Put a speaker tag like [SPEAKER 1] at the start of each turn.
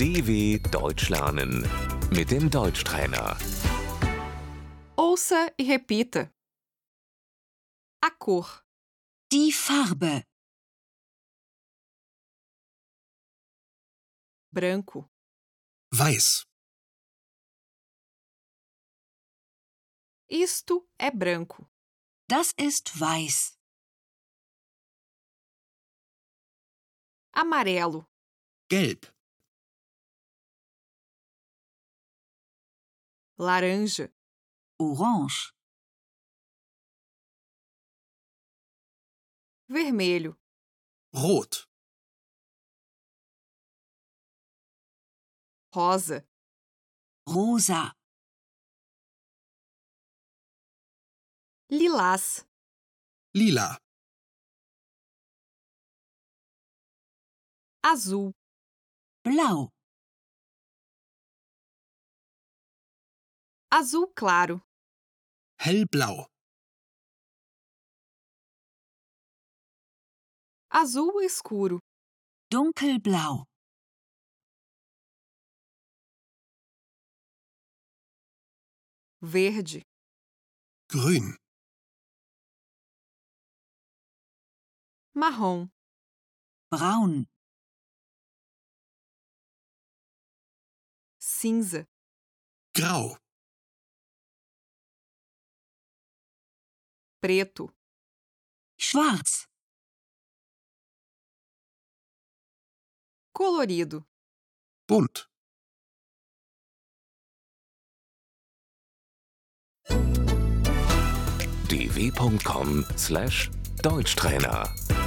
[SPEAKER 1] DW Deutsch lernen mit dem Deutschtrainer.
[SPEAKER 2] Ouça e repita. A cor,
[SPEAKER 3] Die Farbe.
[SPEAKER 2] branco,
[SPEAKER 4] Weiß.
[SPEAKER 2] isto é branco.
[SPEAKER 3] Das ist weiß.
[SPEAKER 2] Amarelo,
[SPEAKER 4] Gelb.
[SPEAKER 2] laranja,
[SPEAKER 3] Orange.
[SPEAKER 2] vermelho,
[SPEAKER 4] Rot.
[SPEAKER 2] rosa,
[SPEAKER 3] Rosa.
[SPEAKER 2] lilás,
[SPEAKER 4] Lila.
[SPEAKER 2] azul,
[SPEAKER 3] Blau.
[SPEAKER 2] azul claro,
[SPEAKER 4] Hellblau.
[SPEAKER 2] azul escuro,
[SPEAKER 3] Dunkelblau.
[SPEAKER 2] verde,
[SPEAKER 4] Grün.
[SPEAKER 2] marrom,
[SPEAKER 3] Braun.
[SPEAKER 2] cinza,
[SPEAKER 4] Grau.
[SPEAKER 2] preto,
[SPEAKER 3] Schwarz.
[SPEAKER 2] colorido,
[SPEAKER 4] Bunt.
[SPEAKER 1] dw.com/deutschtrainer